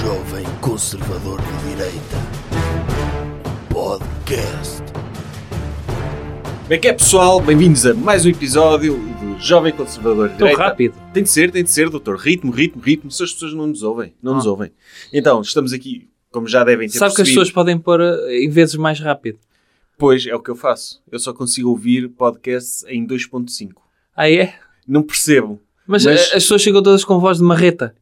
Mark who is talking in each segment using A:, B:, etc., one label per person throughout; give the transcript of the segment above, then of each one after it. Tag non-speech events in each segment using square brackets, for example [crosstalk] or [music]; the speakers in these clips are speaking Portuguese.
A: jovem conservador de direita. Podcast.
B: Bem que é pessoal, bem-vindos a mais um episódio do Jovem Conservador de
C: Tão
B: Direita.
C: rápido.
B: Tem de ser, tem de ser, doutor. Ritmo, ritmo, ritmo. Se as pessoas não nos ouvem, não nos
C: Ah.
B: ouvem. Então, estamos aqui, como já devem ter
C: Sabe que as
B: percebido.
C: pessoas podem pôr eh, em vezes mais rápido.
B: Pois, é o que eu faço. Eu só consigo ouvir podcasts em 2.5.
C: Ah, é?
B: Não percebo.
C: Mas,
B: Mas-
C: eh, as pessoas chegam todas com voz de marreta.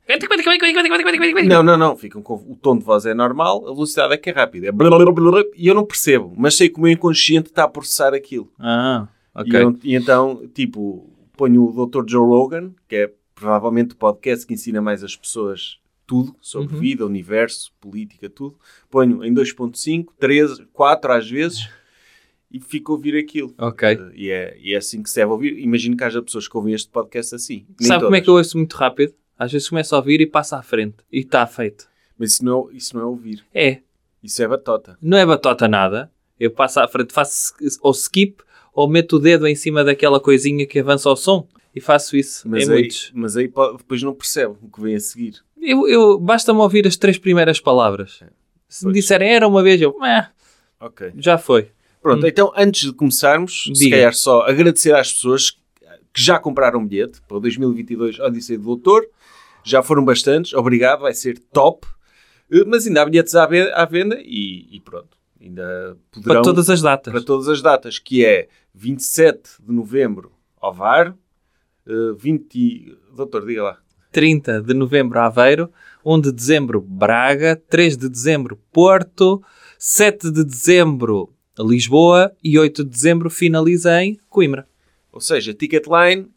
B: Não, não, não. Ficam com... O tom de voz é normal, a velocidade é que é rápida. É blá, blá, blá, blá, blá, E eu não percebo. Mas sei que o meu inconsciente está a processar aquilo.
C: Ah, ok.
B: E, eu- e então, tipo, ponho o Dr. Joe Rogan, que é provavelmente o podcast que ensina mais as pessoas tudo sobre
C: Uhum.
B: vida, universo, política, tudo. Ponho em 2.5, 3, 4 às vezes e fico a ouvir aquilo.
C: Ok.
B: E é, e é assim que se deve ouvir. Imagino que haja pessoas que ouvem este podcast assim. Nem
C: Sabe como é
B: todas.
C: que eu ouço muito rápido? Às vezes começo a ouvir e passa à frente. E está feito.
B: Mas isso não, é- isso não é ouvir.
C: É.
B: Isso é batota.
C: Não é batota nada. Eu passo à frente, faço s- ou skip ou meto o dedo em cima daquela coisinha que avança o som. E faço isso
B: Mas
C: em
B: aí,
C: É muitos.
B: mas aí po- depois não percebe o que vem a seguir.
C: Eu, eu- Basta-me ouvir as três primeiras palavras. Se me
B: Pois.
C: disserem era uma vez, eu... "Meh,
B: Ok.
C: já foi.
B: Pronto,
C: Hum.
B: então antes de começarmos, se
C: Diga.
B: calhar só agradecer às pessoas que já compraram um bilhete para o 2022 Odisseia do Doutor. Já foram bastantes, obrigado, vai ser top. Eh, Mas ainda há bilhetes à ve- à venda e, e pronto, ainda poderão
C: Para todas as datas.
B: para todas as datas, que é 27 de novembro ao VAR, eh, 20... Doutor, diga lá.
C: 30 de novembro Aveiro, 1 de dezembro Braga, 3 de dezembro Porto, 7 de dezembro Lisboa e 8 de dezembro finaliza em Coimbra.
B: Ou seja, Ticketline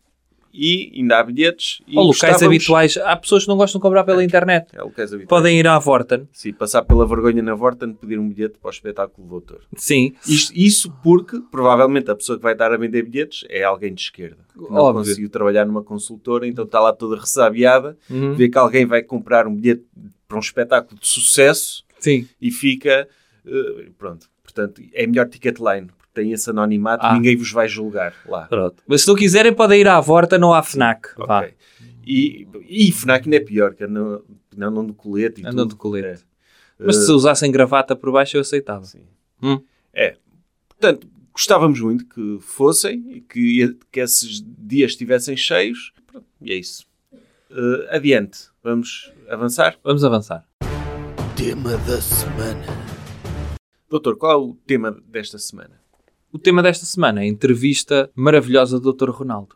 B: e ainda há bilhetes. E
C: Ou locais
B: gostávamos-
C: habituais. Há pessoas que não gostam de comprar pela internet.
B: É, locais habituais.
C: Podem ir à Vorten.
B: Se passar pela vergonha na Vorta, de pedir um bilhete para o espetáculo do doutor.
C: Sim.
B: Isto- isso porque, provavelmente, a pessoa que vai estar a vender bilhetes é alguém de esquerda. Que não
C: Óbvio.
B: conseguiu trabalhar numa consultora, então está lá toda ressabiada,
C: Uhum.
B: vê que alguém vai comprar um bilhete para um espetáculo de sucesso
C: Sim.
B: e fica... eh, pronto. Portanto, é melhor Ticketline, porque tem esse anonimato,
C: Ah.
B: ninguém vos vai julgar lá.
C: Pronto. Mas se não quiserem podem ir à Vorten ou à FNAC. Vá.
B: Ok. E, e FNAC ainda é pior, que andam, andam de colete e
C: Andam
B: tudo.
C: de colete.
B: É.
C: Mas
B: Eh,
C: se usassem gravata por baixo eu aceitava.
B: Sim.
C: Hum.
B: É. Portanto, gostávamos muito que fossem e que, que esses dias estivessem cheios. Pronto, e é isso. Eh, adiante. Vamos avançar.
C: Vamos avançar.
A: Tema da semana.
B: Doutor, qual é o tema desta semana?
C: O tema desta semana é a entrevista maravilhosa do Dr. Ronaldo.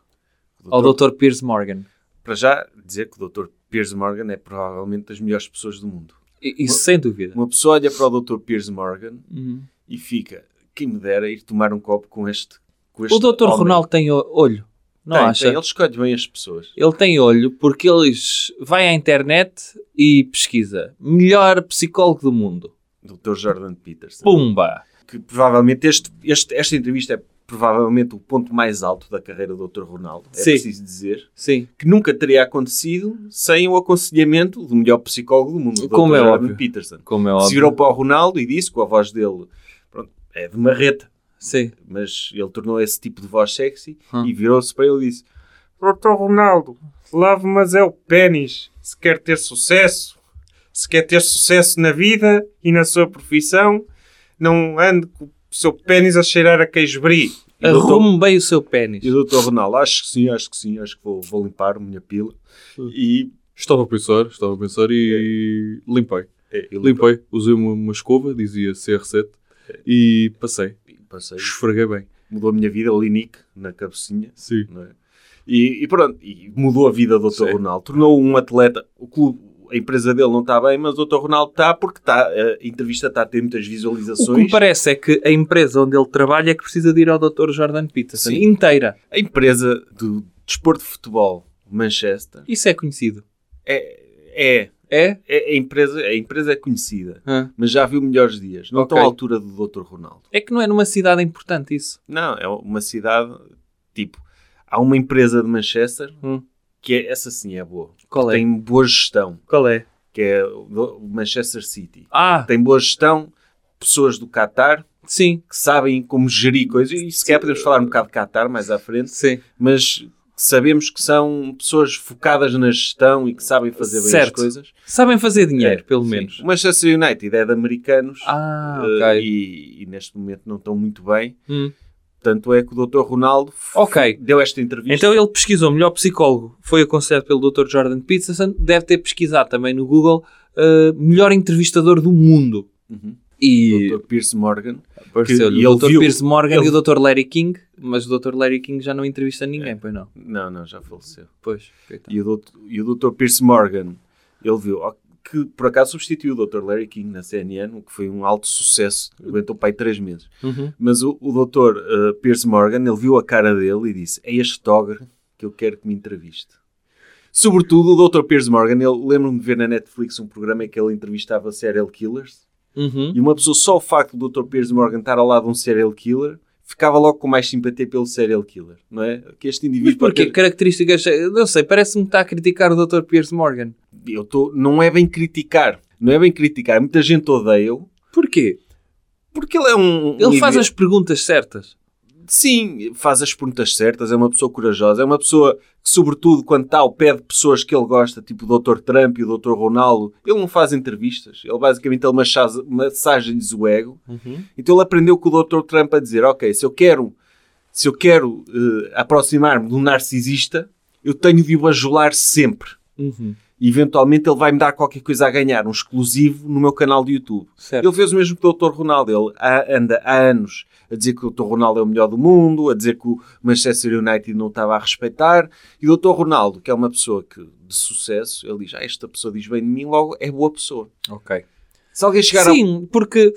C: Ao
B: Doutor,
C: Dr. Piers Morgan.
B: Para já, dizer que o doutor Piers Morgan é provavelmente das melhores pessoas do mundo.
C: I- Isso sem dúvida.
B: Uma pessoa olha para o doutor Piers Morgan
C: Uhum.
B: e fica, quem me dera ir tomar um copo com este com este
C: O Dr.
B: homem."
C: Ronaldo tem o- olho, não
B: Tem,
C: acha?
B: tem, ele escolhe bem as pessoas.
C: Ele tem olho porque eles vai à internet e pesquisa. Melhor psicólogo do mundo.
B: Doutor Jordan Peterson.
C: Pumba!
B: que provavelmente este, este- esta entrevista é provavelmente o ponto mais alto da carreira do Dr. Ronaldo. É
C: Sim.
B: preciso dizer
C: Sim.
B: que nunca teria acontecido sem o aconselhamento do melhor psicólogo do mundo, o
C: Como
B: Dr.
C: é
B: Jordan
C: óbvio.
B: Peterson.
C: Como é
B: Se
C: óbvio.
B: virou para o Ronaldo e disse com a voz dele pronto, é de marreta,
C: Sim.
B: mas ele tornou esse tipo de voz sexy
C: Hum.
B: e virou-se para ele e disse:
D: Doutor Ronaldo, lave mas é o pênis. Se quer ter sucesso, se quer ter sucesso na vida e na sua profissão, não ande com o seu pênis a cheirar a queijo brie.
B: E o doutor-
C: Arrume bem o seu pênis.
B: E o Dr. Ronaldo, acho que sim, acho que sim, acho que vou, vou limpar a minha pila. E
E: Estava a pensar, estava a pensar e limpei.
B: é, eu
E: Limpei, usei uma, uma escova, dizia CR7, e passei.
B: passei,
E: Esfreguei bem.
B: mudou a minha vida, Linique na cabecinha.
E: Sim.
B: não é? E, e pronto, e mudou a vida do Dr.
E: Sim.
B: Ronaldo. Tornou um atleta. O clube, a empresa dele não está bem, mas o Dr. Ronaldo está porque está, a entrevista está a ter muitas
C: O que
B: visualizações.
C: me parece é que a empresa onde ele trabalha é que precisa de ir ao Dr. Jordan Peterson.
B: Sim.
C: Inteira.
B: A empresa do desporto de futebol Manchester
C: Isso é conhecido.
B: é, é,
C: É?
B: é a, empresa, a empresa é conhecida,
C: Hã?
B: mas já viu melhores dias. Não
C: Ok.
B: estão à altura do Dr. Ronaldo.
C: É que não é numa cidade importante isso.
B: Não, é uma cidade tipo. Há uma empresa de Manchester
C: Hum.
B: que é, essa sim é boa.
C: Qual é?
B: Tem boa gestão,
C: Qual é?
B: que é o o Manchester City.
C: Ah,
B: tem boa gestão, pessoas do Qatar
C: sim.
B: que sabem como gerir coisas, e se calhar podemos falar um bocado de Qatar mais à frente,
C: Sim.
B: mas que sabemos que são pessoas focadas na gestão e que sabem fazer bem as
C: Certo.
B: coisas.
C: Sabem fazer dinheiro,
B: É,
C: pelo
B: sim.
C: menos.
B: O Manchester United é de americanos
C: Ah,
B: eh,
C: ok.
B: e, e neste momento não estão muito bem.
C: Hum.
B: Tanto é que o Dr. Ronaldo f-
C: Ok.
B: deu esta entrevista.
C: Então ele pesquisou melhor psicólogo, foi aconselhado pelo Dr. Jordan Peterson, deve ter pesquisado também no Google eh, melhor entrevistador do mundo.
B: Uhum.
C: E
B: O Dr. Pierce Morgan.
C: apareceu-lhe
B: que- e
C: o
B: ele
C: Dr.
B: viu- É.
C: Piers Morgan
B: ele-
C: e o Dr. Larry King, mas o Dr. Larry King já não entrevista ninguém, pois não.
B: Não, não, já faleceu.
C: Pois, coitado.
B: Tá. E o, doutor, e o Dr. Pierce Morgan, ele viu ó, que por acaso substituiu o Dr. Larry King na CNN, o que foi um alto sucesso. Aguentou o pai três meses.
C: Uhum.
B: Mas o, o Dr. eh, Pierce Morgan, ele viu a cara dele e disse: É este togre que eu quero que me entreviste. Sobretudo o Dr. Pierce Morgan, eu lembro-me de ver na Netflix um programa em que ele entrevistava serial killers.
C: Uhum.
B: E uma pessoa, só o facto do Dr. Piers Morgan estar ao lado de um serial killer, ficava logo com mais simpatia pelo serial killer, não é? Que este
C: Mas
B: indivíduo.
C: porquê?
B: pode ter-
C: Características. eu Não sei, parece-me que está a criticar o Dr. Piers Morgan.
B: Eu tô... Não é bem criticar. Não é bem criticar. Muita gente odeia-o
C: Porquê?
B: porque ele é um. um
C: Ele faz
B: ide-
C: as perguntas certas.
B: Sim, faz as perguntas certas, é uma pessoa corajosa, é uma pessoa que, sobretudo, quando está ao pé de pessoas que ele gosta, tipo o Dr. Trump e o Dr. Ronaldo, ele não faz entrevistas. Ele basicamente é ele machasa- massagem-lhes o ego Então ele aprendeu com o Dr. Trump a dizer: Ok, se eu quero, se eu quero eh, aproximar-me de um narcisista, eu tenho de o bajular sempre.
C: Uhum.
B: E eventualmente ele vai me dar qualquer coisa a ganhar, um exclusivo no meu canal de YouTube.
C: Certo.
B: Ele fez o mesmo que o Dr. Ronaldo. Ele há- anda há anos a dizer que o Dr. Ronaldo é o melhor do mundo, a dizer que o Manchester United não estava a respeitar. E o Dr. Ronaldo, que é uma pessoa que, de sucesso, ele diz: ah, Esta pessoa diz bem de mim, logo é boa pessoa.
C: Ok.
B: Se alguém chegar a.
C: Sim, porque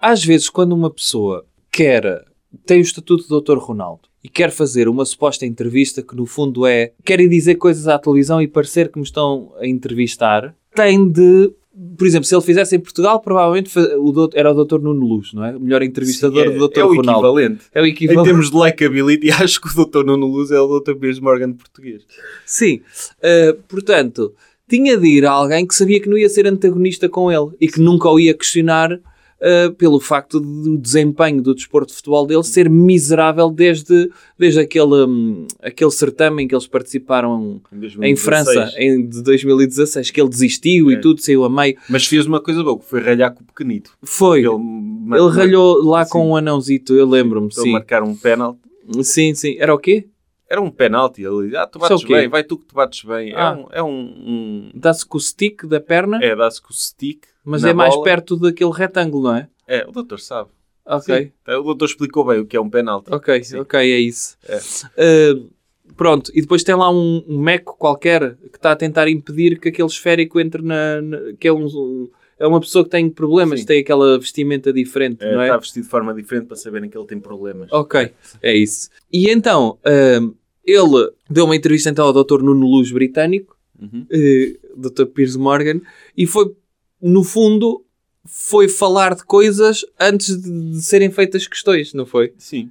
C: às vezes quando uma pessoa quer, tem o estatuto de Dr. Ronaldo e quer fazer uma suposta entrevista que no fundo é, querem dizer coisas à televisão e parecer que me estão a entrevistar, tem de, por exemplo, se ele fizesse em Portugal, provavelmente fa- o doutor, era o Dr. Nuno Luz, não é? O melhor entrevistador
B: é,
C: do Dr.
B: é o
C: Ronaldo.
B: equivalente.
C: É o
B: Em
C: equivalente.
B: termos de likability, [laughs] acho que o Dr. Nuno Luz é o Dr. Piers Morgan português.
C: Sim. Uh, portanto, tinha de ir alguém que sabia que não ia ser antagonista com ele e que nunca o ia questionar uh, pelo facto do desempenho do desporto de futebol dele ser miserável desde, desde aquele, hum, aquele certame em que eles participaram em França em, de 2016, que ele desistiu
B: É.
C: e tudo saiu a meio.
B: Mas fez uma coisa boa, que foi ralhar com o pequenito.
C: Foi.
B: Ele,
C: Ele,
B: ma-
C: ralhou lá
B: Sim.
C: com um anãozito, eu lembro-me,
B: Tentou
C: sim.
B: marcar um penalti.
C: Sim, sim. Era o quê?
B: Era um penalti. Ele disse, ah, tu bates
C: Isso é o quê?
B: bem, vai tu que tu bates bem.
C: Ah.
B: É um... É, um, um-
C: Dá-se com o stick da perna,
B: é dá-se com o stick
C: mas
B: na
C: é mais
B: bola.
C: perto daquele retângulo, não é?
B: É, o doutor sabe.
C: Ok.
B: Sim. Então, O doutor explicou bem o que é um penalti.
C: Ok,
B: Sim.
C: ok, é isso.
B: É.
C: Ah, pronto, e depois tem lá um, um meco qualquer que está a tentar impedir que aquele esférico entre na. na- que é, um- um- é uma pessoa que tem problemas,
B: Sim.
C: tem aquela vestimenta diferente,
B: É,
C: não é?
B: Está vestido de forma diferente para saberem que ele tem problemas.
C: Ok, é isso. E então, ah, ele deu uma entrevista então ao Dr. Nuno Luz britânico,
B: Uhum.
C: eh, Dr. Piers Morgan, e foi, no fundo, foi falar de coisas antes de, de serem feitas questões, não foi?
B: Sim.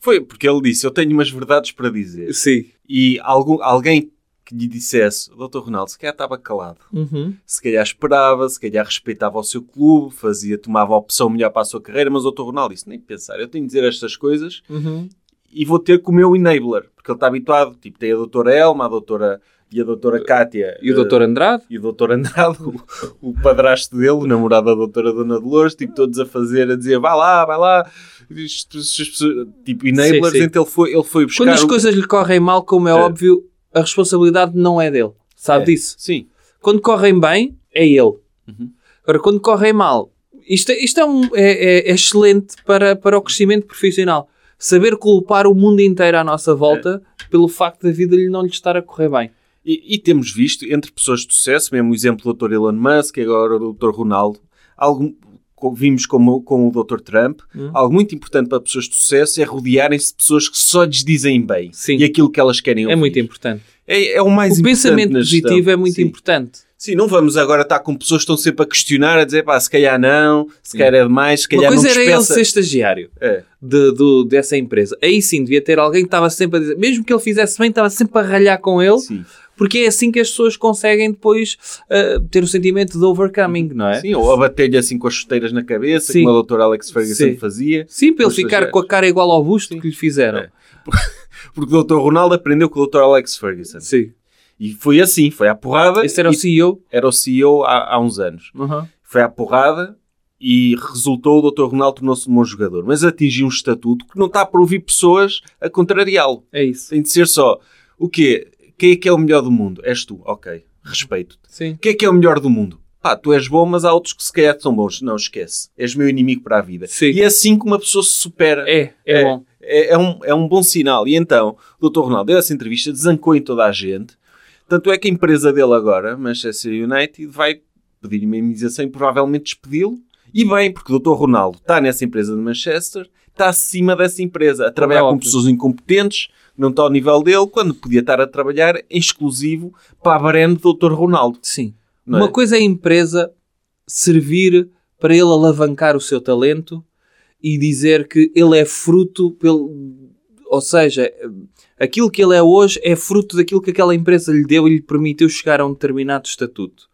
B: Foi porque ele disse, eu tenho umas verdades para dizer.
C: Sim.
B: e algum, alguém que lhe dissesse, Dr. Ronaldo, se calhar estava calado,
C: Uhum.
B: se calhar esperava, se calhar respeitava o seu clube, fazia, tomava a opção melhor para a sua carreira, mas o Dr. Ronaldo disse, nem pensar, eu tenho de dizer estas coisas
C: Uhum.
B: e vou ter com o meu enabler, porque ele está habituado, tipo, tem a doutora Elma, a doutora e a doutora Cátia.
C: E o
B: eh,
C: Dr. Andrade?
B: e o doutor Andrade, [laughs] o, o padrasto dele, o namorado da doutora Dona Dolores, tipo, todos a fazer, a dizer, vai lá, vai lá, Isto- isto- isto- tipo, enablers,
C: Sim, sim.
B: então ele foi, ele foi buscar...
C: Quando as
B: o-
C: coisas lhe correm mal, como é, óbvio, a responsabilidade não é dele. Sabe
B: É.
C: disso?
B: Sim.
C: Quando correm bem, é ele.
B: Uhum.
C: Agora, quando correm mal, isto, é- isto é, um- é- é- é excelente para, para o crescimento profissional. Saber culpar o mundo inteiro à nossa volta
B: É.
C: pelo facto da vida lhe não lhe estar a correr bem.
B: E, e temos visto entre pessoas de sucesso, mesmo o exemplo do Dr. Elon Musk, e agora o Dr. Ronaldo, algo, co- vimos como, com o Dr. Trump,
C: Hum.
B: algo muito importante para pessoas de sucesso é rodearem-se de pessoas que só lhes dizem bem
C: Sim.
B: e aquilo que elas querem ouvir.
C: É muito importante.
B: É, é o mais
C: o
B: importante
C: pensamento
B: na gestão.
C: positivo é muito
B: Sim.
C: importante.
B: Sim, não vamos agora estar com pessoas que estão sempre a questionar, a dizer, pá, se calhar não, se calhar é demais, se
C: Uma
B: calhar não
C: coisa era ele
B: dispensa.
C: ser estagiário
B: É.
C: de- do- dessa empresa. Aí sim, devia ter alguém que estava sempre a dizer, mesmo que ele fizesse bem, estava sempre a ralhar com ele.
B: Sim.
C: Porque é assim que as pessoas conseguem depois ah, ter o sentimento de overcoming, não é? Sim,
B: Sim, ou a bater-lhe assim com as chuteiras na cabeça,
C: Sim.
B: como o Dr. Alex Ferguson
C: Sim.
B: fazia.
C: para ele
B: Os
C: ficar com a cara igual ao busto que lhe fizeram.
B: É. Porque o Dr. Ronaldo aprendeu com o Dr. Alex Ferguson.
C: Sim.
B: E foi assim, foi à porrada.
C: Esse era o
B: e-
C: CEO.
B: era o CEO há, há uns anos. Foi à porrada e resultou o Dr. Ronaldo tornou-se um bom jogador. Mas atingiu um estatuto que não está para ouvir pessoas a contrariá-lo.
C: É isso.
B: Tem de ser só, o quê? Quem é que é o melhor do mundo? És tu, ok. Respeito-te.
C: Sim.
B: Quem é que é o melhor do mundo? Pá, tu és bom, mas há outros que se calhar são bons. Não, esquece. És meu inimigo para a vida.
C: Sim.
B: E é assim que uma pessoa se supera.
C: É, é,
B: É.
C: bom.
B: É, é um, é um bom sinal. E então, o Dr. Ronaldo deu essa entrevista, desancou em toda a gente. Tanto é que a empresa dele agora, Manchester United, vai pedir uma indemnização e provavelmente despedi-lo. E bem, porque o Dr. Ronaldo está nessa empresa de Manchester, está acima dessa empresa, a trabalhar com
C: óbvio.
B: pessoas incompetentes, não está ao nível dele, quando podia estar a trabalhar em exclusivo para a brand do Dr. Ronaldo.
C: Sim.
B: não é?
C: Uma coisa é a empresa servir para ele alavancar o seu talento e dizer que ele é fruto pelo. Ou seja, aquilo que ele é hoje é fruto daquilo que aquela empresa lhe deu e lhe permitiu chegar a um determinado estatuto.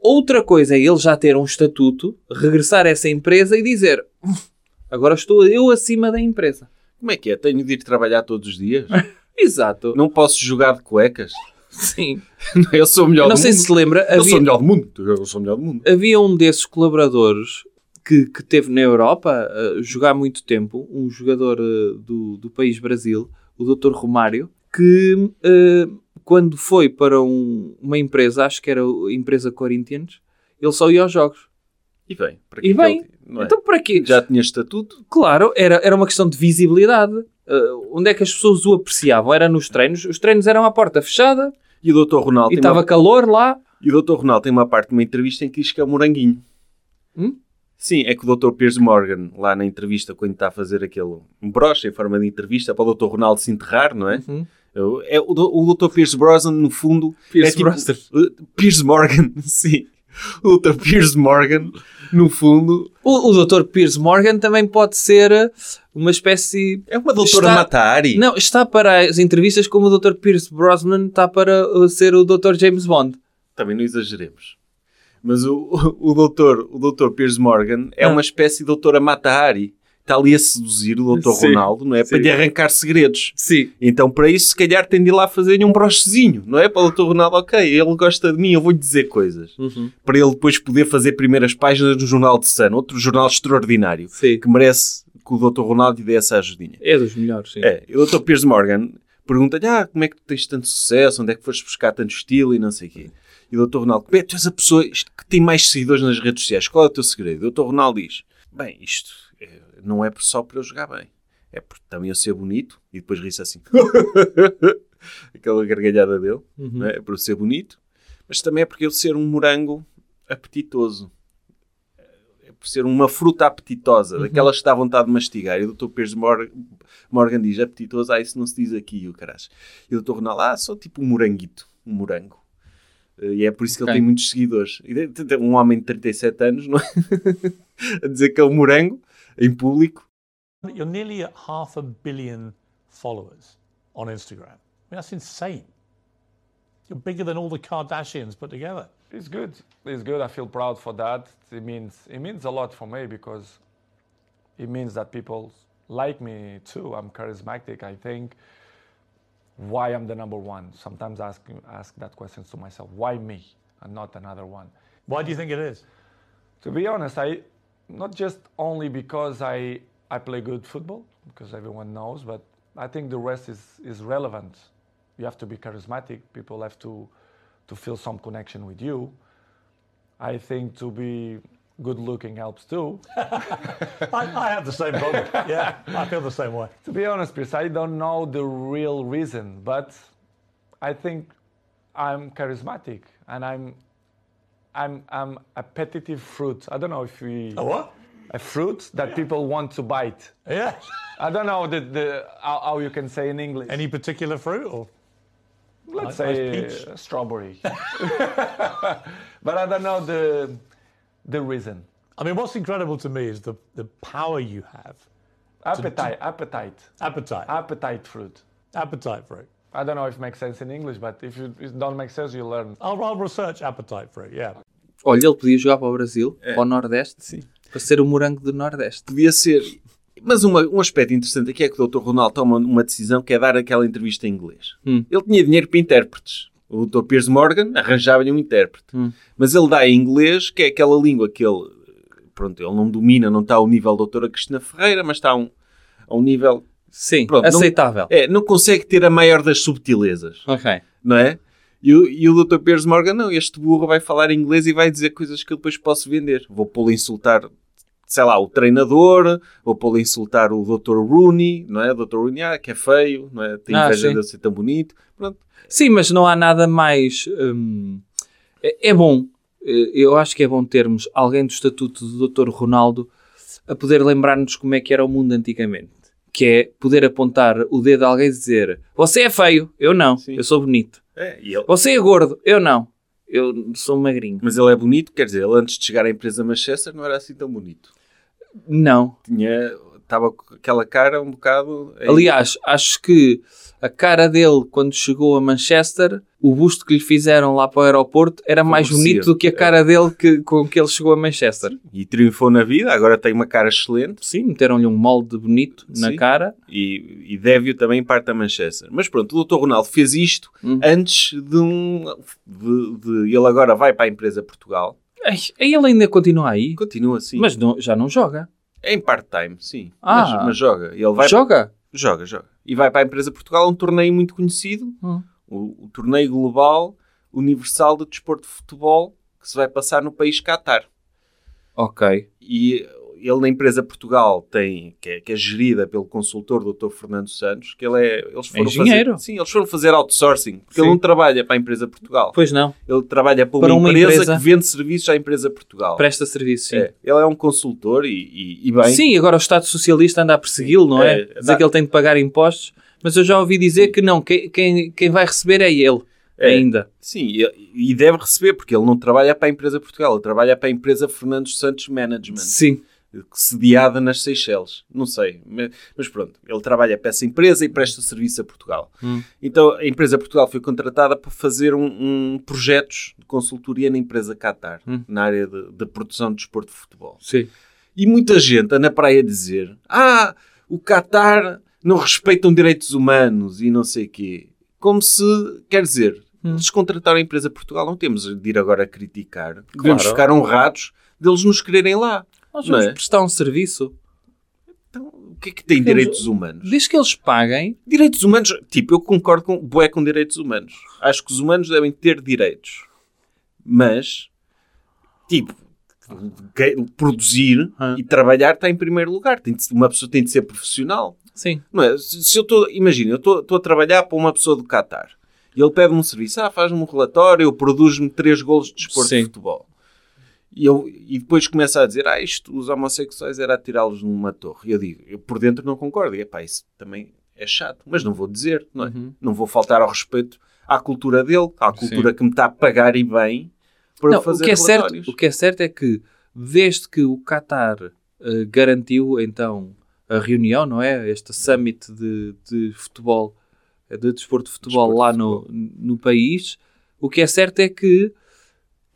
C: Outra coisa é ele já ter um estatuto, regressar a essa empresa e dizer "Hum, agora estou eu acima da empresa.
B: Como é que é? Tenho de ir trabalhar todos os dias?
C: Exato.
B: não posso jogar de cuecas?
C: Sim.
B: [laughs] Eu sou o melhor
C: Eu não
B: do
C: sei
B: mundo.
C: se se lembra.
B: Eu
C: havia-
B: sou o melhor do mundo. Eu sou o melhor do mundo.
C: havia um desses colaboradores que, que teve na Europa a jogar muito tempo, um jogador eh, do, do país Brasil, o Dr. Romário, que eh, quando foi para um- uma empresa, acho que era a empresa Corinthians, ele só ia aos jogos.
B: E bem, para
C: E
B: que
C: bem,
B: ele- não é?
C: Então para quê?
B: já tinha estatuto.
C: Claro, era, era uma questão de visibilidade. Eh, onde é que as pessoas o apreciavam? Era nos treinos. Os treinos eram à porta fechada
B: E o Dr. Ronaldo,
C: e
B: tem,
C: estava
B: uma...
C: calor lá.
B: e o Dr. Ronaldo tem uma parte de uma entrevista em que diz que é um moranguinho.
C: Hum?
B: Sim, é que o Dr. Piers Morgan, lá na entrevista, quando está a fazer aquele broche em forma de entrevista para o Dr. Ronaldo se enterrar, não
C: Hum.
B: é?
C: Uhum.
B: Eu- é o, do- o Dr. Piers Brosnan, no fundo,
C: Piers
B: é tipo-
C: Brosnan.
B: Uh, Piers Morgan, [laughs] sim. O Dr. Piers Morgan, no fundo,
C: O, o Dr. Piers Morgan também pode ser eh, uma espécie
B: é uma doutora
C: Está-
B: Matari.
C: Não, está para as entrevistas como o Dr. Pierce Brosnan está para uh, ser o Dr. James Bond.
B: Também não exageremos. Mas o, o, o doutor, o doutor Piers Morgan é
C: Ah.
B: uma espécie de doutora Matahari. Está ali a seduzir o doutor
E: Sim,
B: Ronaldo, não é? Para
E: sim.
B: lhe arrancar segredos.
C: Sim.
B: Então, para isso, se calhar tem de ir lá fazer-lhe um brochezinho, não é? Para o doutor Ronaldo, ok, ele gosta de mim, eu vou-lhe dizer coisas.
C: Uhum.
B: Para ele depois poder fazer primeiras páginas no Jornal de Sun, outro jornal extraordinário,
C: Sim.
B: que merece que o doutor Ronaldo lhe dê essa ajudinha.
C: É dos melhores, sim.
B: É, e o Dr. Piers Morgan pergunta-lhe, ah, como é que tu tens tanto sucesso, onde é que foste buscar tanto estilo e não sei o quê. E o Dr. Ronaldo, "Pé, tu és a pessoa que tem mais seguidores nas redes sociais, qual é o teu segredo? E o Dr. Ronaldo diz, bem, isto eh, não é só por eu jogar bem, é por também eu ser bonito, e depois ri-se assim, [laughs] aquela gargalhada dele,
C: Uhum.
B: não é? é por eu ser bonito, mas também é porque eu ser um morango apetitoso. É por ser uma fruta apetitosa,
C: Uhum.
B: daquelas que dá vontade de mastigar. E o Dr. Piers Mor- Morgan diz apetitoso, ah, isso não se diz aqui, o caras. E o Dr. Ronaldo, ah, sou tipo um moranguito, um morango. E é por isso que
C: Ok.
B: ele tem muitos seguidores. E tem- tem Um homem de 37 anos, não é? [laughs] A dizer que é um morango, em público.
F: that you're nearly at half a billion followers on Instagram. I mean, that's insane. You're bigger than all the Kardashians put together.
G: It's good. It's good. I feel proud for that. It means it means a lot for me because it means that people like me too. I'm charismatic. I think why I'm the number one. Sometimes I ask ask that question to myself. Why me and not another one?
F: Why do you think it is?
G: To be honest, I not just only because I I play good football because everyone knows, but I think the rest is is relevant. You have to be charismatic. People have to to feel some connection with you. I think to be good looking helps too.
F: I, I have the same problem. Yeah, I feel the same way.
G: to be honest, Pierce, I don't know the real reason, but I think I'm charismatic and I'm I'm I'm appetitive fruit. I don't know if we
F: what?
G: a fruit that people want to bite.
F: Yeah.
G: I don't know the, the how, how you can say in English.
F: Any particular fruit or?
G: Let's
F: nice
G: say
F: peach.
G: uh, strawberry. [laughs] but I don't know the the reason.
F: I mean, what's incredible to me is the, the power you have.
G: Appetite, appetite,
F: Appetite.
G: appetite fruit.
F: appetite fruit.
G: I don't know if it makes sense in English, but if you, it don't make sense, you learn.
F: I'll, I'll research appetite fruit, yeah.
B: É.
C: Olha, ele podia jogar para o Brasil, para o Nordeste, para ser o morango do Nordeste.
B: Podia ser. Mas uma- um aspecto interessante aqui é que o Dr. Ronaldo toma uma decisão que é dar aquela entrevista em inglês.
C: Hum.
B: Ele tinha dinheiro para intérpretes. O Dr. Piers Morgan arranjava-lhe um intérprete.
C: Hum.
B: Mas ele dá em inglês, que é aquela língua que ele... Pronto, ele não domina, não está ao nível da doutora Cristina Ferreira, mas está a um, a um nível...
C: Sim,
B: Pronto, não-
C: aceitável.
B: É, não consegue ter a maior das subtilezas,
C: Ok.
B: não é? E o, e o Dr. Piers Morgan, não, este burro vai falar inglês e vai dizer coisas que eu depois posso vender. Vou pô-lo a insultar, sei lá, o treinador, vou pô-lo a insultar o Dr. Rooney, não é? O Dr. Rooney, ah, que é feio, não é? Tem
C: Ah,
B: inveja
C: sim.
B: de eu ser tão bonito. Pronto.
C: Sim, mas não há nada mais. hum, é, é bom. eh, Eu acho que é bom termos alguém do estatuto do Dr. Ronaldo a poder lembrar-nos como é que era o mundo antigamente. Que é poder apontar o dedo a alguém e dizer: Você é feio, eu não,
B: Sim.
C: eu sou bonito.
B: É, e ele-
C: Você é gordo, eu não, eu sou magrinho.
B: Mas ele é bonito, quer dizer, ele antes de chegar à empresa Manchester não era assim tão bonito.
C: Não.
B: Tinha, estava com aquela cara um bocado... em-
C: Aliás, acho que a cara dele quando chegou a Manchester, o busto que lhe fizeram lá para o aeroporto era mais
B: Favorecia.
C: bonito do que a cara dele que, com que ele chegou a Manchester.
B: E triunfou na vida, agora tem uma cara excelente.
C: Sim, meteram-lhe um molde bonito na
B: Sim.
C: cara.
B: e, e deve-o também em parte a Manchester. Mas pronto, o Dr. Ronaldo fez isto
C: Hum.
B: antes de um. De, de- ele agora vai para a empresa Portugal.
C: Ai, ele ainda continua aí,
B: E continua assim.
C: mas não- já não joga.
B: É em part-time, sim.
C: Ah.
B: Mas, mas joga. Ele vai,
C: joga?
B: joga, joga. E vai para a empresa Portugal, é um torneio muito conhecido.
C: Hum.
B: O, o torneio global universal de desporto de futebol que se vai passar no país Catar.
C: Ok.
B: e ele na empresa Portugal tem que é, que é gerida pelo consultor Dr. Fernando Santos, que ele é eles foram
C: Engenheiro.
B: fazer, sim, eles foram fazer outsourcing, porque
C: Sim.
B: ele não trabalha para a empresa Portugal.
C: Pois não,
B: Ele trabalha para uma,
C: Para uma
B: empresa,
C: empresa.
B: que vende serviços à empresa Portugal.
C: presta serviço, sim.
B: É, ele é um consultor e, e- e bem.
C: Sim, agora o Estado Socialista anda a persegui-lo, não é?
B: É,
C: Dizer
B: dá-
C: que ele tem de pagar impostos, mas eu já ouvi dizer que não, que- quem, quem vai receber é ele
B: É.
C: ainda.
B: Sim, e, e deve receber, porque ele não trabalha para a empresa Portugal, ele trabalha para a empresa Fernando Santos Management.
C: Sim,
B: sediada nas Seychelles. Não sei, mas, mas pronto. Ele trabalha para essa empresa e presta serviço a Portugal. Então, a empresa Portugal foi contratada para fazer um, um projetos de consultoria na empresa Qatar, na área de, de produção de desporto de futebol.
C: sim.
B: E muita gente anda para aí a dizer ah, o Qatar não respeitam direitos humanos e não sei quê. Como se, quer dizer, descontratar a empresa Portugal não temos de ir agora a criticar. Devemos ficar honrados deles nos quererem lá.
C: Nós
B: Não
C: vamos
B: é?
C: prestar um serviço.
B: O que é que tem direitos humanos?
C: Desde que eles paguem,
B: Direitos humanos, tipo, eu concordo com bué com direitos humanos. Acho que os humanos devem ter direitos. Mas, tipo, que- produzir
C: Ah.
B: e trabalhar está em primeiro lugar. Tem de ser- uma pessoa tem de ser profissional.
C: sim.
B: Não é? Se se eu estou, imagina, eu estou a trabalhar para uma pessoa do Qatar e ele pede-me um serviço, ah, faz-me um relatório, eu produz-me três golos de desporto
C: Sim.
B: de futebol. E, eu, e depois começa a dizer, ah, isto, os homossexuais era atirá-los numa torre. E eu digo, eu por dentro não concordo. E, epá, isso também é chato. Mas não vou dizer, não
C: Uhum.
B: é? Não vou faltar ao respeito à cultura dele, à cultura que me está a pagar e bem para
C: Não,
B: fazer
C: o que é certo
B: relatórios.
C: O que é certo é que, desde que o Qatar eh, garantiu, então, a reunião, não é? Este summit de, de futebol, eh, de desporto de futebol lá no, no país, o que é certo é que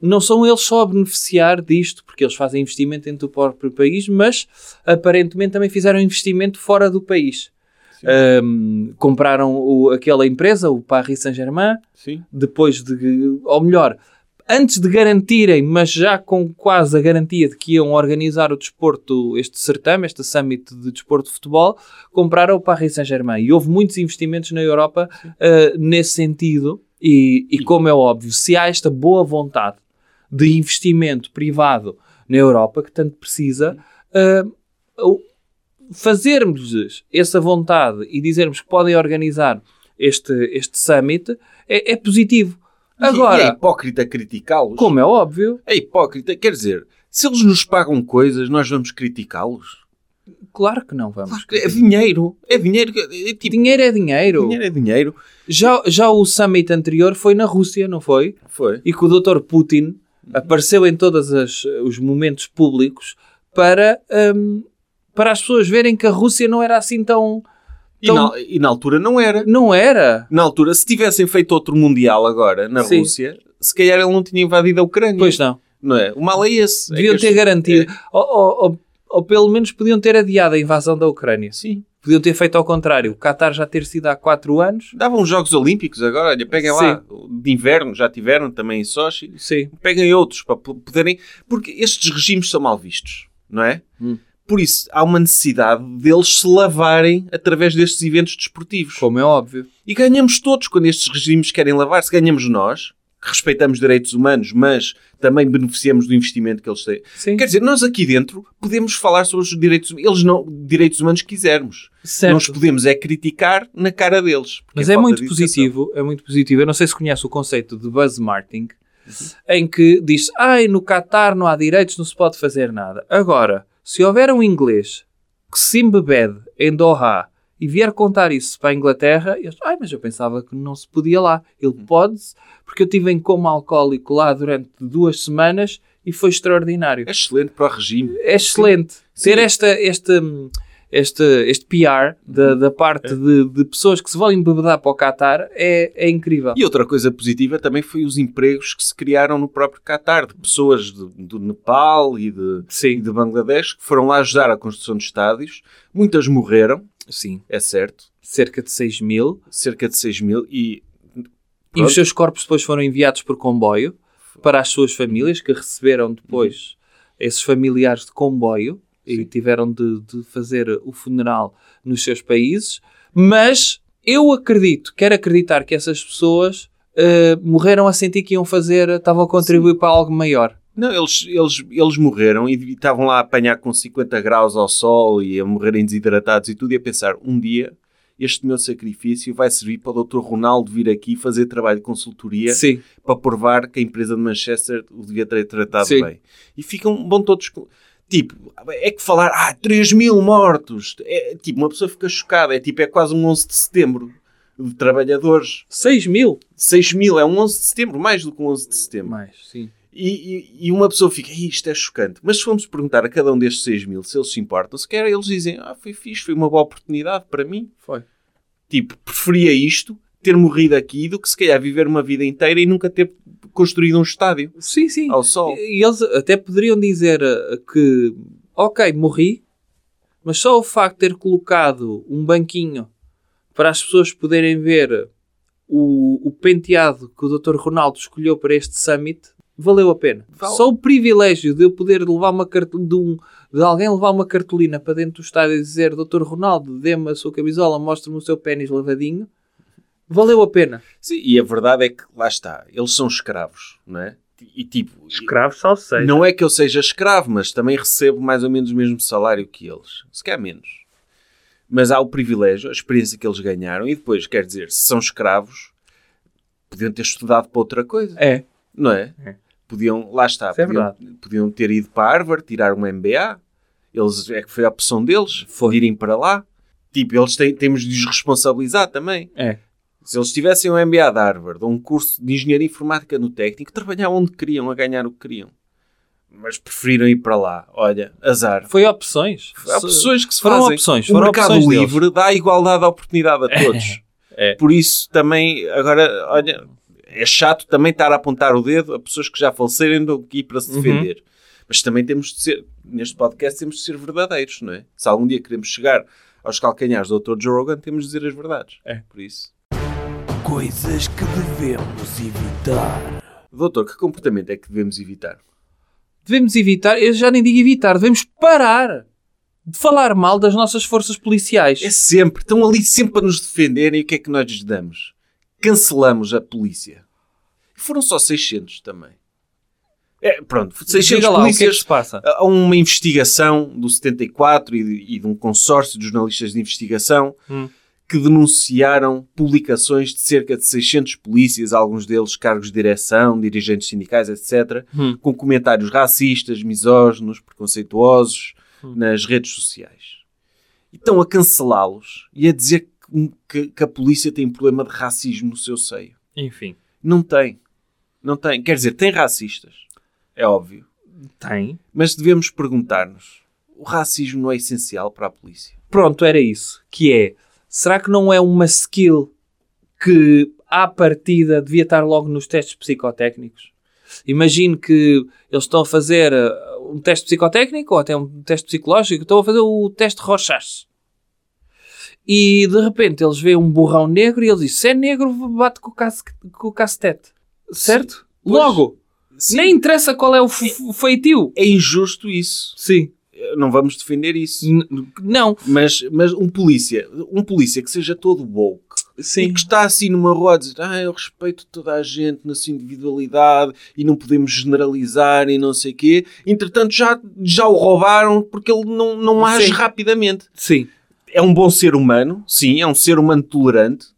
C: não são eles só a beneficiar disto, porque eles fazem investimento dentro do próprio país, mas aparentemente também fizeram investimento fora do país. Ahm, compraram o- aquela empresa, o Paris Saint-Germain,
B: Sim.
C: depois de, ou melhor, antes de garantirem, mas já com quase a garantia de que iam organizar o desporto, este certame, este summit de desporto de futebol, compraram o Paris Saint-Germain. E houve muitos investimentos na Europa ah, nesse sentido. E, e como é óbvio, se há esta boa vontade de investimento privado na Europa, que tanto precisa, ah, o- fazermos essa vontade e dizermos que podem organizar este, este summit é, é positivo.
B: E- e é
C: Agora,
B: hipócrita criticá-los.
C: como é óbvio,
B: É hipócrita, quer dizer, se eles nos pagam coisas, nós vamos criticá-los?
C: claro que não vamos.
B: Claro que é dinheiro, é dinheiro, é, é tipo,
C: Dinheiro é dinheiro.
B: dinheiro é dinheiro.
C: Já, já o summit anterior foi na Rússia, não foi?
B: Foi.
C: E que o Dr. Putin
B: Uhum.
C: apareceu em todos os momentos públicos para, hum, para as pessoas verem que a Rússia não era assim tão.
B: E,
C: Então-
B: na, e na altura não era.
C: Não era.
B: Na altura, se tivessem feito outro Mundial agora, na
C: Sim.
B: Rússia, se calhar ele não tinha invadido a Ucrânia.
C: Pois não.
B: Não é? O mal é esse. É
C: Deviam
B: que
C: ter
B: as-
C: garantido. Oh, oh, oh, ou pelo menos podiam ter adiado a invasão da Ucrânia.
B: É, Sim.
C: Podiam ter feito ao contrário. O Qatar já ter sido há 4 anos.
B: Davam os Jogos Olímpicos agora, olha, peguem lá, de inverno, já tiveram também em Sochi,
C: Sim.
B: peguem outros para p- poderem. Porque estes regimes são mal vistos, não é? Por isso, há uma necessidade deles se lavarem através destes eventos desportivos.
C: Como é óbvio.
B: E ganhamos todos quando estes regimes querem lavar-se. Ganhamos nós, que respeitamos direitos humanos, mas também beneficiamos do investimento que eles têm.
C: Sim.
B: Quer dizer, nós aqui dentro podemos falar sobre os direitos, hum, eles não, direitos humanos que quisermos.
C: Certo.
B: Nós podemos é criticar na cara deles. porque
C: Mas é
B: falta
C: muito
B: de educação.
C: positivo, é muito positivo. Eu não sei se conhece o conceito de buzz marketing,
B: Uhum.
C: em que diz, ai, no Qatar não há direitos, não se pode fazer nada. Agora, se houver um inglês que se embebede em Doha e vier contar isso para a Inglaterra, eles, ai, mas eu pensava que não se podia lá. Ele
B: Uhum.
C: pode, porque eu estive em coma alcoólico lá durante duas semanas e foi extraordinário
B: É excelente para o regime.
C: é excelente ter esta, esta, este, este PR da, da parte de, de pessoas que se vão embebedar para o Qatar é, é incrível.
B: E outra coisa positiva também foi os empregos que se criaram no próprio Qatar, de pessoas de- do Nepal e de, e
C: Sim,
B: de Bangladesh que foram lá ajudar a construção de estádios. Muitas morreram,
C: sim.
B: é certo,
C: Cerca de 6 mil.
B: cerca de 6 mil, e
C: E os
B: Pronto.
C: seus corpos depois foram enviados por comboio para as suas famílias, que receberam depois esses familiares de comboio e tiveram de, de fazer o funeral nos seus países. Mas eu acredito, quero acreditar que essas pessoas eh, morreram a sentir que iam fazer, estavam a contribuir para algo maior.
B: Não, eles, eles, eles morreram e e estavam lá a apanhar com 50 graus ao sol e a morrerem desidratados e tudo, e a pensar, um dia este meu sacrifício vai servir para o Dr. Ronaldo vir aqui fazer trabalho de consultoria
C: Sim.
B: para provar que a empresa de Manchester o devia ter tratado
C: Sim.
B: bem. E ficam bom todos... com- Tipo, é que falar, ah, 3 mil mortos. É, tipo, uma pessoa fica chocada. É tipo, é quase um 11 de setembro de trabalhadores.
C: 6 mil?
B: 6 mil é um 11 de setembro, mais do que um 11 de setembro.
C: Mais, sim.
B: E, e- e uma pessoa fica, "Ih, isto é chocante. Mas se formos perguntar a cada um destes 6 mil se eles se importam, sequer eles dizem, ah, foi fixe, foi uma boa oportunidade para mim.
C: Foi.
B: Tipo, preferia isto, ter morrido aqui, do que se calhar viver uma vida inteira e nunca ter construído um estádio
C: Sim, sim.
B: ao sol.
C: E eles até poderiam dizer eh, que, ok, morri, mas só o facto de ter colocado um banquinho para as pessoas poderem ver eh, o, o penteado que o Dr. Ronaldo escolheu para este summit, valeu a pena.
B: Vale.
C: Só o privilégio de eu poder levar uma cartolina, de, um- de alguém levar uma cartolina para dentro do estádio e dizer Dr. Ronaldo, dê-me a sua camisola, mostre-me o seu pênis lavadinho, valeu a pena.
B: Sim, e a verdade é que, lá está, eles são escravos, não é? E tipo,
D: Escravo só sei.
B: não é que eu seja escravo, mas também recebo mais ou menos o mesmo salário que eles. Se quer menos. Mas há o privilégio, a experiência que eles ganharam, e depois, quer dizer, se são escravos, podiam ter estudado para outra coisa,
C: É,
B: não é? Podiam, lá está,
C: Isso é
B: podiam, podiam ter ido para Harvard, tirar um MBA. Eles, é que foi a opção deles,
C: Foi.
B: de irem para lá. Tipo, eles têm, temos de os responsabilizar também.
C: é.
B: Se eles tivessem um MBA de Harvard ou um curso de Engenharia Informática no Técnico, trabalhavam onde queriam, a ganhar o que queriam. Mas preferiram ir para lá. Olha, azar.
C: Foi opções.
B: Há pessoas que se
C: foram
B: fazem.
C: opções,
B: o
C: foram
B: mercado
C: opções
B: livre dá igualdade de oportunidade a todos.
C: [laughs] É.
B: Por isso também, agora, olha, é chato também estar a apontar o dedo a pessoas que já faleceram do que ir para
C: Uhum.
B: se defender. Mas também temos de ser, neste podcast, temos de ser verdadeiros, não é? Se algum dia queremos chegar aos calcanhares do Dr. Joe Rogan, temos de dizer as verdades. É. Por isso.
A: Coisas que devemos evitar.
B: Doutor, que comportamento é que devemos evitar?
C: Devemos evitar, eu já nem digo evitar, devemos parar de falar mal das nossas forças policiais.
B: É sempre, estão ali sempre para nos defenderem e o que é que nós lhes damos? Cancelamos a polícia. E foram só 600 também. É, pronto, 600
C: Diga lá, o que é que
B: polícias
C: se passa?
B: Há uma investigação do 74 e de, e de um consórcio de jornalistas de investigação
C: Hum.
B: que denunciaram publicações de cerca de 600 polícias, alguns deles cargos de direção, dirigentes sindicais, etc.,
C: Hum.
B: com comentários racistas, misóginos, preconceituosos
C: Hum.
B: nas redes sociais. E estão a cancelá-los e a dizer que- um, que- que a polícia tem um problema de racismo no seu seio.
C: Enfim,
B: Não tem. Não tem. Quer dizer, tem racistas. É óbvio.
C: tem.
B: Mas devemos perguntar-nos: o racismo não é essencial para a polícia?
C: Pronto, era isso. Que é, será que não é uma skill que à partida devia estar logo nos testes psicotécnicos? Imagino que eles estão a fazer eh, um teste psicotécnico ou até um teste psicológico, estão a fazer o teste Rochas. E de repente eles veem um burrão negro e eles dizem: se é negro, bate com o, cas com o cacetete. Certo? Logo,
B: Sim,
C: nem interessa qual é o f- f- feitio.
B: é injusto isso.
C: Sim.
B: Não vamos defender isso.
C: Não.
B: Mas, mas um polícia, um polícia que seja todo woke e
C: Sim.
B: que está assim numa rua a dizer ah, eu respeito toda a gente na sua individualidade e não podemos generalizar e não sei o quê. Entretanto, já, já o roubaram porque ele não, não age
C: Sim.
B: rapidamente.
C: Sim.
B: É um bom ser humano, sim, é um ser humano tolerante,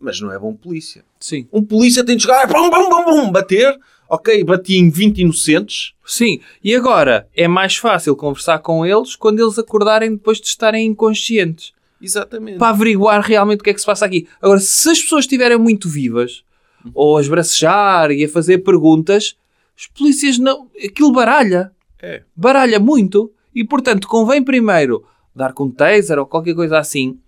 B: mas não é bom polícia.
C: Sim.
B: Um polícia tem de chegar, bum, bum, bum, bum, bater. Ok, bati em 20 inocentes.
C: Sim. E agora é mais fácil conversar com eles quando eles acordarem depois de estarem inconscientes.
B: Exatamente.
C: para averiguar realmente o que é que se passa aqui. Agora, se as pessoas estiverem muito vivas, ou a esbracejar e a fazer perguntas, os polícias não. aquilo baralha.
B: É.
C: Baralha muito. E portanto, convém primeiro dar com um taser ou qualquer coisa assim,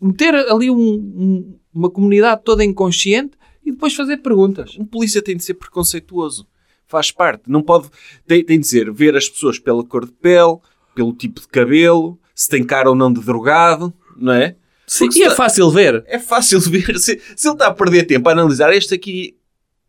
C: meter ali um- um- uma comunidade toda inconsciente e depois fazer perguntas.
B: Um polícia tem de ser preconceituoso. Faz parte. Não pode. Tem, tem de ser ver as pessoas pela cor de pele, pelo tipo de cabelo, se tem cara ou não de drogado, não é?
C: Sim,
B: Porque
C: e
B: se
C: é
B: tá-
C: fácil ver.
B: É fácil [laughs] de ver. Se, se ele está a perder tempo a analisar, este aqui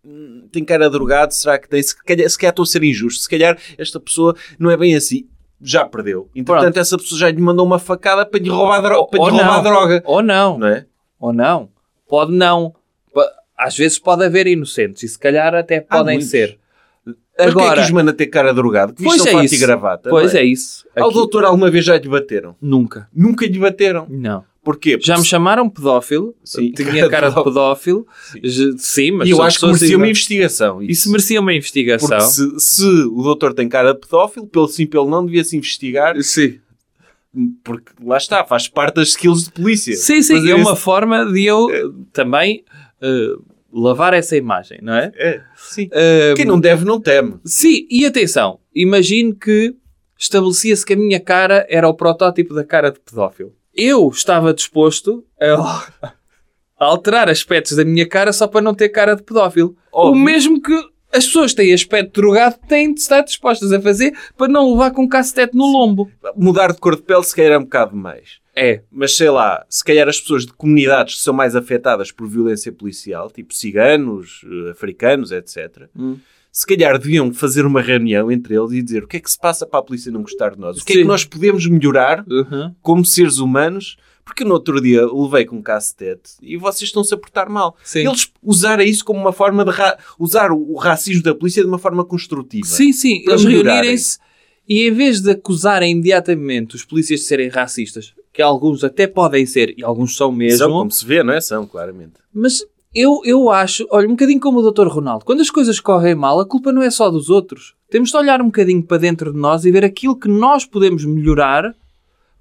B: hum, tem cara de drogado, será que tem? Se calhar, se calhar estou a ser injusto. Se calhar esta pessoa não é bem assim. Já perdeu. Entretanto,
C: Pronto.
B: essa pessoa já lhe mandou uma facada para lhe roubar, dro- para lhe
C: Ou
B: roubar
C: não.
B: droga.
C: Ou não.
B: Não é?
C: Ou não. Pode não. Pa- Às vezes pode haver inocentes e se calhar até
B: Há
C: podem
B: muitos.
C: ser.
B: Mas porquê é que os manda ter cara drogado? Que
C: Pois
B: vistam
C: é
B: fato
C: isso.
B: e gravata.
C: Pois
B: não
C: é isso.
B: Ao
C: Aqui-
B: doutor alguma vez já lhe bateram?
C: Nunca.
B: Nunca lhe bateram.
C: Não.
B: Porquê?
C: Já me chamaram pedófilo.
B: Sim,
C: tinha
B: [laughs]
C: cara de pedófilo. Sim, mas
B: E eu
C: são
B: acho que
C: pessoas
B: merecia uma
C: ignorantes.
B: investigação.
C: Isso merecia uma investigação.
B: Porque se, se o doutor tem cara de pedófilo, pelo sim, pelo não, devia-se investigar.
E: Sim.
B: Porque lá está, faz parte das skills de polícia.
C: Sim, sim.
B: Fazer
C: é
B: esse- É.
C: uma forma de eu eh, também eh, lavar essa imagem, não é?
B: É, sim.
C: Eh,
B: Quem não deve, não teme.
C: Sim, e atenção. Imagino que estabelecia-se que a minha cara era o protótipo da cara de pedófilo. Eu estava disposto a [laughs] a alterar aspectos da minha cara só para não ter cara de pedófilo. O
B: Óbvio.
C: mesmo que as pessoas que têm aspecto drogado têm de estar dispostas a fazer para não levar com um cacetete no lombo.
B: Mudar de cor de pele, se calhar, é um bocado mais.
C: É,
B: Mas sei lá, se calhar as pessoas de comunidades que são mais afetadas por violência policial, tipo ciganos, eh, africanos, etc.,
C: Hum.
B: se calhar deviam fazer uma reunião entre eles e dizer o que é que se passa para a polícia não gostar de nós, o que é
C: Sim.
B: que nós podemos melhorar
C: Uhum.
B: como seres humanos, porque no outro dia levei com um cacetete e vocês estão-se a portar mal.
C: sim.
B: Eles usaram isso como uma forma de ra- usar o o racismo da polícia de uma forma construtiva.
C: Sim, sim,
B: Para
C: eles
B: melhorarem.
C: reunirem-se e em vez de acusarem imediatamente os polícias de serem racistas, que alguns até podem ser e alguns são mesmo,
B: São, como se vê, não é? São, claramente.
C: mas eu, eu acho, olha, um bocadinho como o Dr. Ronaldo, quando as coisas correm mal, a culpa não é só dos outros. Temos de olhar um bocadinho para dentro de nós e ver aquilo que nós podemos melhorar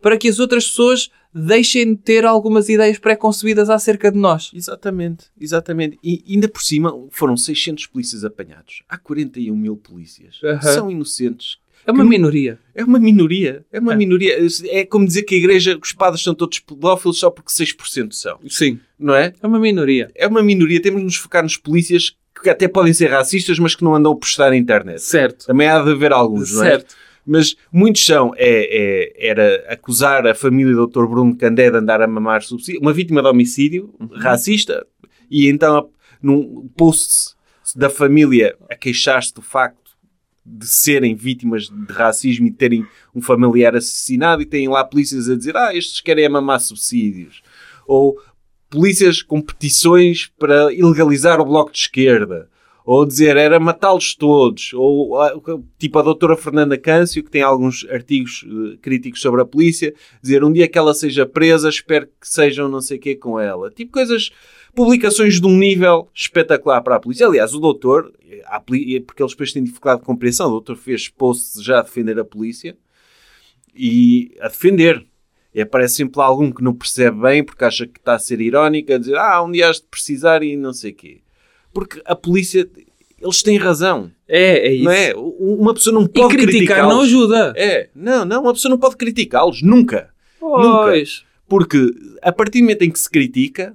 C: para que as outras pessoas deixem de ter algumas ideias pré-concebidas acerca de nós.
B: Exatamente, exatamente. E ainda por cima foram 600 polícias apanhados. Há 41 mil polícias.
C: Aham.
B: São inocentes.
C: É uma
B: Que-
C: minoria.
B: É uma minoria. É
C: Ah.
B: uma minoria. É como dizer que a igreja, que os padres são todos pedófilos só porque 6% são.
C: Sim.
B: Não é?
C: É uma minoria.
B: É uma minoria. Temos de nos focar nos polícias que até podem ser racistas, mas que não andam a postar na internet.
C: Certo.
B: Também há de haver alguns, não é?
C: Certo.
B: Mas muitos são. É, é- era acusar a família do Dr. Bruno Candé de andar a mamar subsídio. Uma vítima de homicídio racista. E então, a- num post da família a queixar-se do facto de serem vítimas de racismo e terem um familiar assassinado, e têm lá polícias a dizer: Ah, estes querem é mamar subsídios. Ou polícias com petições para ilegalizar o bloco de esquerda. Ou dizer, era matá-los todos. Ou, ah, tipo, a doutora Fernanda Câncio, que tem alguns artigos eh, críticos sobre a polícia, dizer, um dia que ela seja presa, espero que sejam não sei o quê com ela. Tipo, coisas, publicações de um nível espetacular para a polícia. Aliás, o doutor, eh, a poli- eh, porque eles depois têm dificuldade de compreensão, o doutor fez posts já a defender a polícia e a defender. E aparece sempre lá algum que não percebe bem porque acha que está a ser irónico, a dizer ah, um dia has de precisar e não sei quê. Porque a polícia, eles têm razão,
C: É, é isso.
B: não é? U- Uma pessoa não
C: E
B: pode
C: criticar não
B: criticá-los.
C: ajuda.
B: É, não, não, uma pessoa não pode criticá-los, nunca.
C: Pois.
B: Porque a partir do momento em que se critica,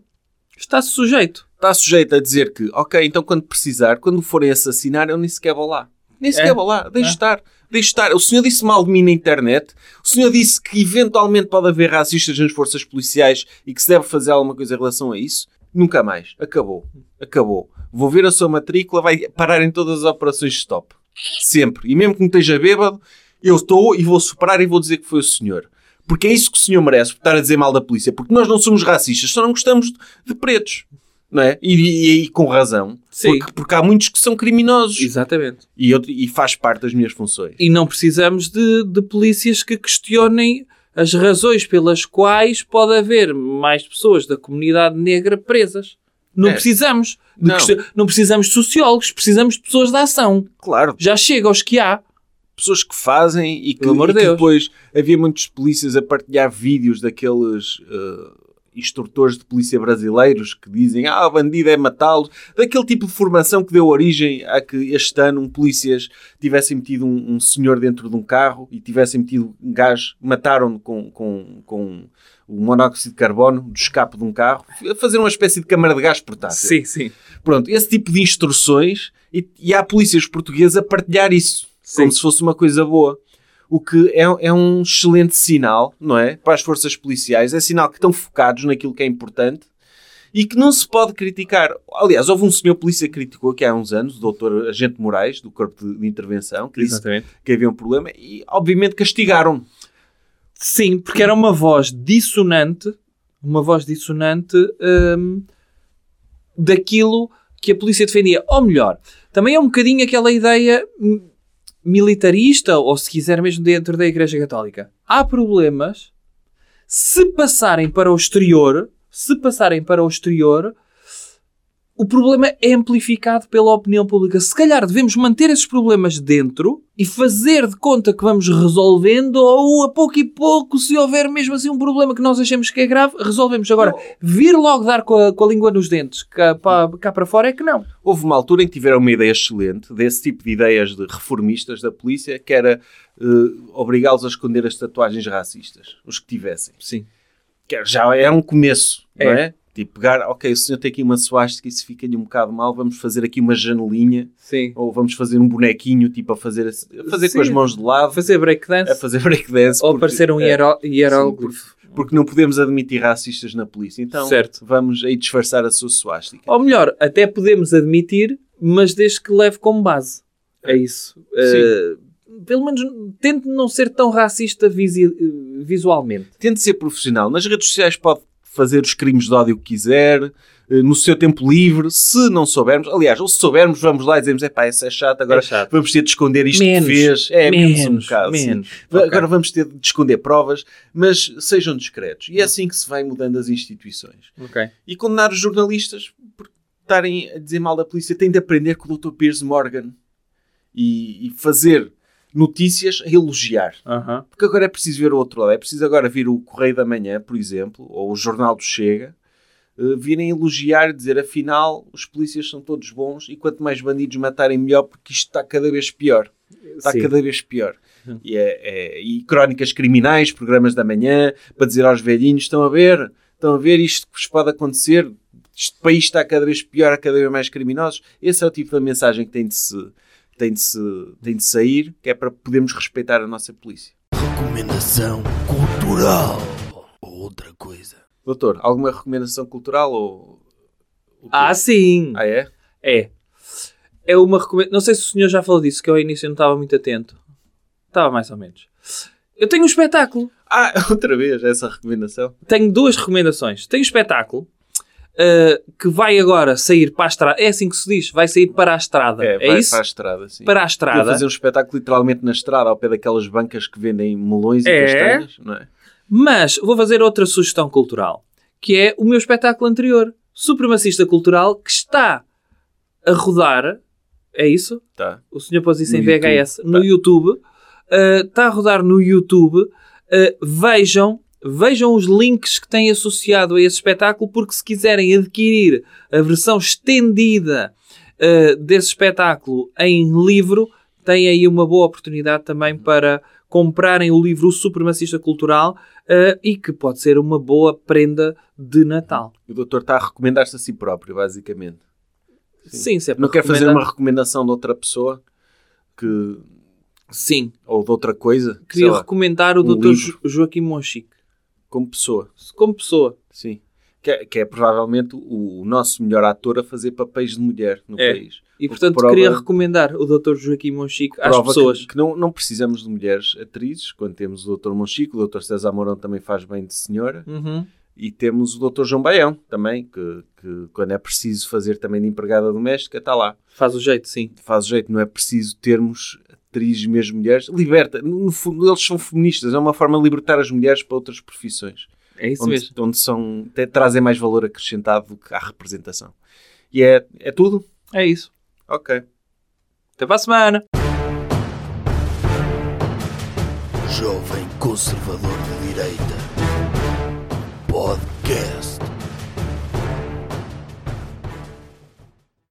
C: Está-se sujeito.
B: está sujeito a dizer que, ok, então quando precisar, quando forem assassinar, eu nem sequer vou lá. Nem sequer vá lá. Deixe estar. Deixe estar. O senhor disse mal de mim na internet. O senhor disse que eventualmente pode haver racistas nas forças policiais e que se deve fazer alguma coisa em relação a isso. Nunca mais. Acabou. Acabou. Vou ver a sua matrícula, vai parar em todas as operações de stop. Sempre. E mesmo que me esteja bêbado, eu estou e vou superar e vou dizer que foi o senhor. Porque é isso que o senhor merece, por estar a dizer mal da polícia. Porque nós não somos racistas, só não gostamos de- de pretos. Não é? E, e, e com razão.
C: Sim.
B: Porque, porque há muitos que são criminosos.
C: Exatamente.
B: E, eu- e faz parte das minhas funções.
C: E não precisamos de, de polícias que questionem as razões pelas quais pode haver mais pessoas da comunidade negra presas. Não
B: É.
C: precisamos. de
B: Não.
C: question- não precisamos de sociólogos, precisamos de pessoas de ação.
B: Claro,
C: Já chega aos que há.
B: pessoas que fazem e que,
C: Pelo amor
B: e
C: de
B: que
C: Deus.
B: depois havia muitos polícias a partilhar vídeos daqueles eh, instrutores de polícia brasileiros que dizem ah, bandido é matá-los, daquele tipo de formação que deu origem a que este ano um polícias tivessem metido um, um senhor dentro de um carro e tivessem metido um gajo, mataram-no com, com, com o monóxido de carbono do escape de um carro, a fazer uma espécie de câmara de gás portátil.
C: sim.
B: Pronto, esse tipo de instruções e, e há polícias portuguesas a partilhar isso como se fosse uma coisa boa. O que é, é um excelente sinal, não é? Para as forças policiais. É sinal que estão focados naquilo que é importante e que não se pode criticar. Aliás, houve um senhor polícia que criticou aqui há uns anos, o doutor Agente Moraes, do Corpo de, de Intervenção, que disse
E: Exatamente.
B: que havia um problema e, obviamente, castigaram-no.
C: Sim, porque era uma voz dissonante, uma voz dissonante hum, daquilo que a polícia defendia. Ou melhor, também é um bocadinho aquela ideia hum, militarista, ou se quiser mesmo dentro da Igreja Católica. Há problemas, se passarem para o exterior, se passarem para o exterior, o problema é amplificado pela opinião pública. Se calhar devemos manter esses problemas dentro e fazer de conta que vamos resolvendo, ou a pouco e pouco, se houver mesmo assim um problema que nós achemos que é grave, resolvemos. Agora, vir logo dar com a, com a língua nos dentes cá, pá- cá para fora é que não.
B: Houve uma altura em que tiveram uma ideia excelente desse tipo de ideias de reformistas da polícia, que era eh, obrigá-los a esconder as tatuagens racistas, os que tivessem.
C: Sim.
B: Que era- já era um começo, não
C: É.
B: é? Tipo, pegar, ok, o senhor tem aqui uma swastika, isso fica-lhe um bocado mal, vamos fazer aqui uma janelinha,
C: Sim.
B: ou vamos fazer um bonequinho, tipo, a fazer, assim- a fazer
C: Sim.
B: com as mãos de lado,
C: Fazer breakdance
B: a É fazer breakdance.
C: ou
B: porque-
C: aparecer um
B: é,
C: hiero-
B: porque-
C: hieróglifo.
B: porque não podemos admitir racistas na polícia. Então,
C: Certo.
B: vamos aí disfarçar a sua swastika.
C: Ou melhor, até podemos admitir, mas desde que leve como base. É isso. Uh, pelo menos tente não ser tão racista visi- eh, visualmente.
B: tente ser profissional. Nas redes sociais pode fazer os crimes de ódio que quiser, eh, no seu tempo livre, se não soubermos. Aliás, ou se soubermos, vamos lá e dizemos, epá, isso é chato, agora vamos ter de esconder isto
C: Menos.
B: que fez. É, menos, um bocado. sim.
C: menos.
B: Va- Agora vamos ter de esconder provas, mas sejam discretos. E é assim que se vai mudando as instituições.
C: Ok.
B: E condenar os jornalistas por estarem a dizer mal da polícia, têm de aprender com o Dr. Piers Morgan e, e fazer notícias a elogiar. Porque agora é preciso ver o outro lado. É preciso agora vir o Correio da Manhã, por exemplo, ou o Jornal do Chega, eh, virem elogiar e dizer, afinal, os polícias são todos bons e quanto mais bandidos matarem, melhor, porque isto está cada vez pior. Está
C: Sim.
B: cada vez pior. E, é- é- e crónicas criminais, programas da manhã, para dizer aos velhinhos, estão a ver, estão a ver isto que vos pode acontecer, este país está cada vez pior, há cada vez mais criminosos. Esse é o tipo de mensagem que tem de se, tem de se, tem de sair, que é para podermos respeitar a nossa polícia.
A: Recomendação cultural. Ou outra coisa.
B: Doutor, alguma recomendação cultural ou... ou
C: Ah,
B: quê?
C: sim.
B: Ah, é?
C: É. É uma recomendação. Não sei se o senhor já falou disso, que eu ao início não estava muito atento. Estava mais ou menos. Eu tenho um espetáculo.
B: Ah, [laughs] outra vez essa recomendação.
C: Tenho duas recomendações. Tenho um espetáculo uh, que vai agora sair para a estrada. É assim que se diz, vai sair para a estrada. É,
B: vai
C: isso?
B: para a estrada, sim.
C: Para a
B: Ele
C: estrada.
B: fazer um espetáculo literalmente na estrada, ao pé daquelas bancas que vendem melões e
C: É?
B: castanhas, não é?
C: Mas vou fazer outra sugestão cultural, que é o meu espetáculo anterior, Supremacista Cultural, que está a rodar. É isso?
B: Tá.
C: O senhor pôs isso
B: No
C: em VHS no YouTube. Uh, está a rodar no YouTube. Uh, vejam, vejam os links que têm associado a esse espetáculo, porque se quiserem adquirir a versão estendida uh, desse espetáculo em livro, têm aí uma boa oportunidade também para comprarem o livro O Supremacista Cultural uh, e que pode ser uma boa prenda de Natal.
B: E O doutor está a recomendar-se a si próprio, basicamente.
C: Sim, se é para
B: Não quer fazer
C: recomendar-
B: uma recomendação de outra pessoa? que
C: Sim.
B: ou de outra coisa,
C: Queria
B: sei lá,
C: recomendar o
B: um
C: Dr.
B: livro.
C: Jo- Joaquim Monchique
B: como pessoa,
C: como pessoa.
B: sim. Que é, que é provavelmente o, o nosso melhor ator a fazer papéis de mulher no
C: É.
B: país.
C: E
B: O que
C: portanto
B: prova-
C: queria recomendar o Dr. Joaquim Monchique às
B: prova que-
C: pessoas.
B: Que, não, não precisamos de mulheres atrizes, quando temos o Dr. Monchico, o Dr. César Mourão também faz bem de senhora,
C: Uhum.
B: e temos o Dr. João Baião também, que, que quando é preciso fazer também de empregada doméstica, está lá.
C: Faz o jeito, sim.
B: Faz jeito, não é preciso termos atrizes mesmo mulheres. Liberta, no fundo eles são feministas, é uma forma de libertar as mulheres para outras profissões.
C: É isso
B: Onde,
C: mesmo.
B: onde são, até trazem mais valor acrescentado do que à representação. E é, é tudo?
C: É isso.
B: Ok.
C: Até para a semana.
A: Jovem Conservador de Direita. Podcast.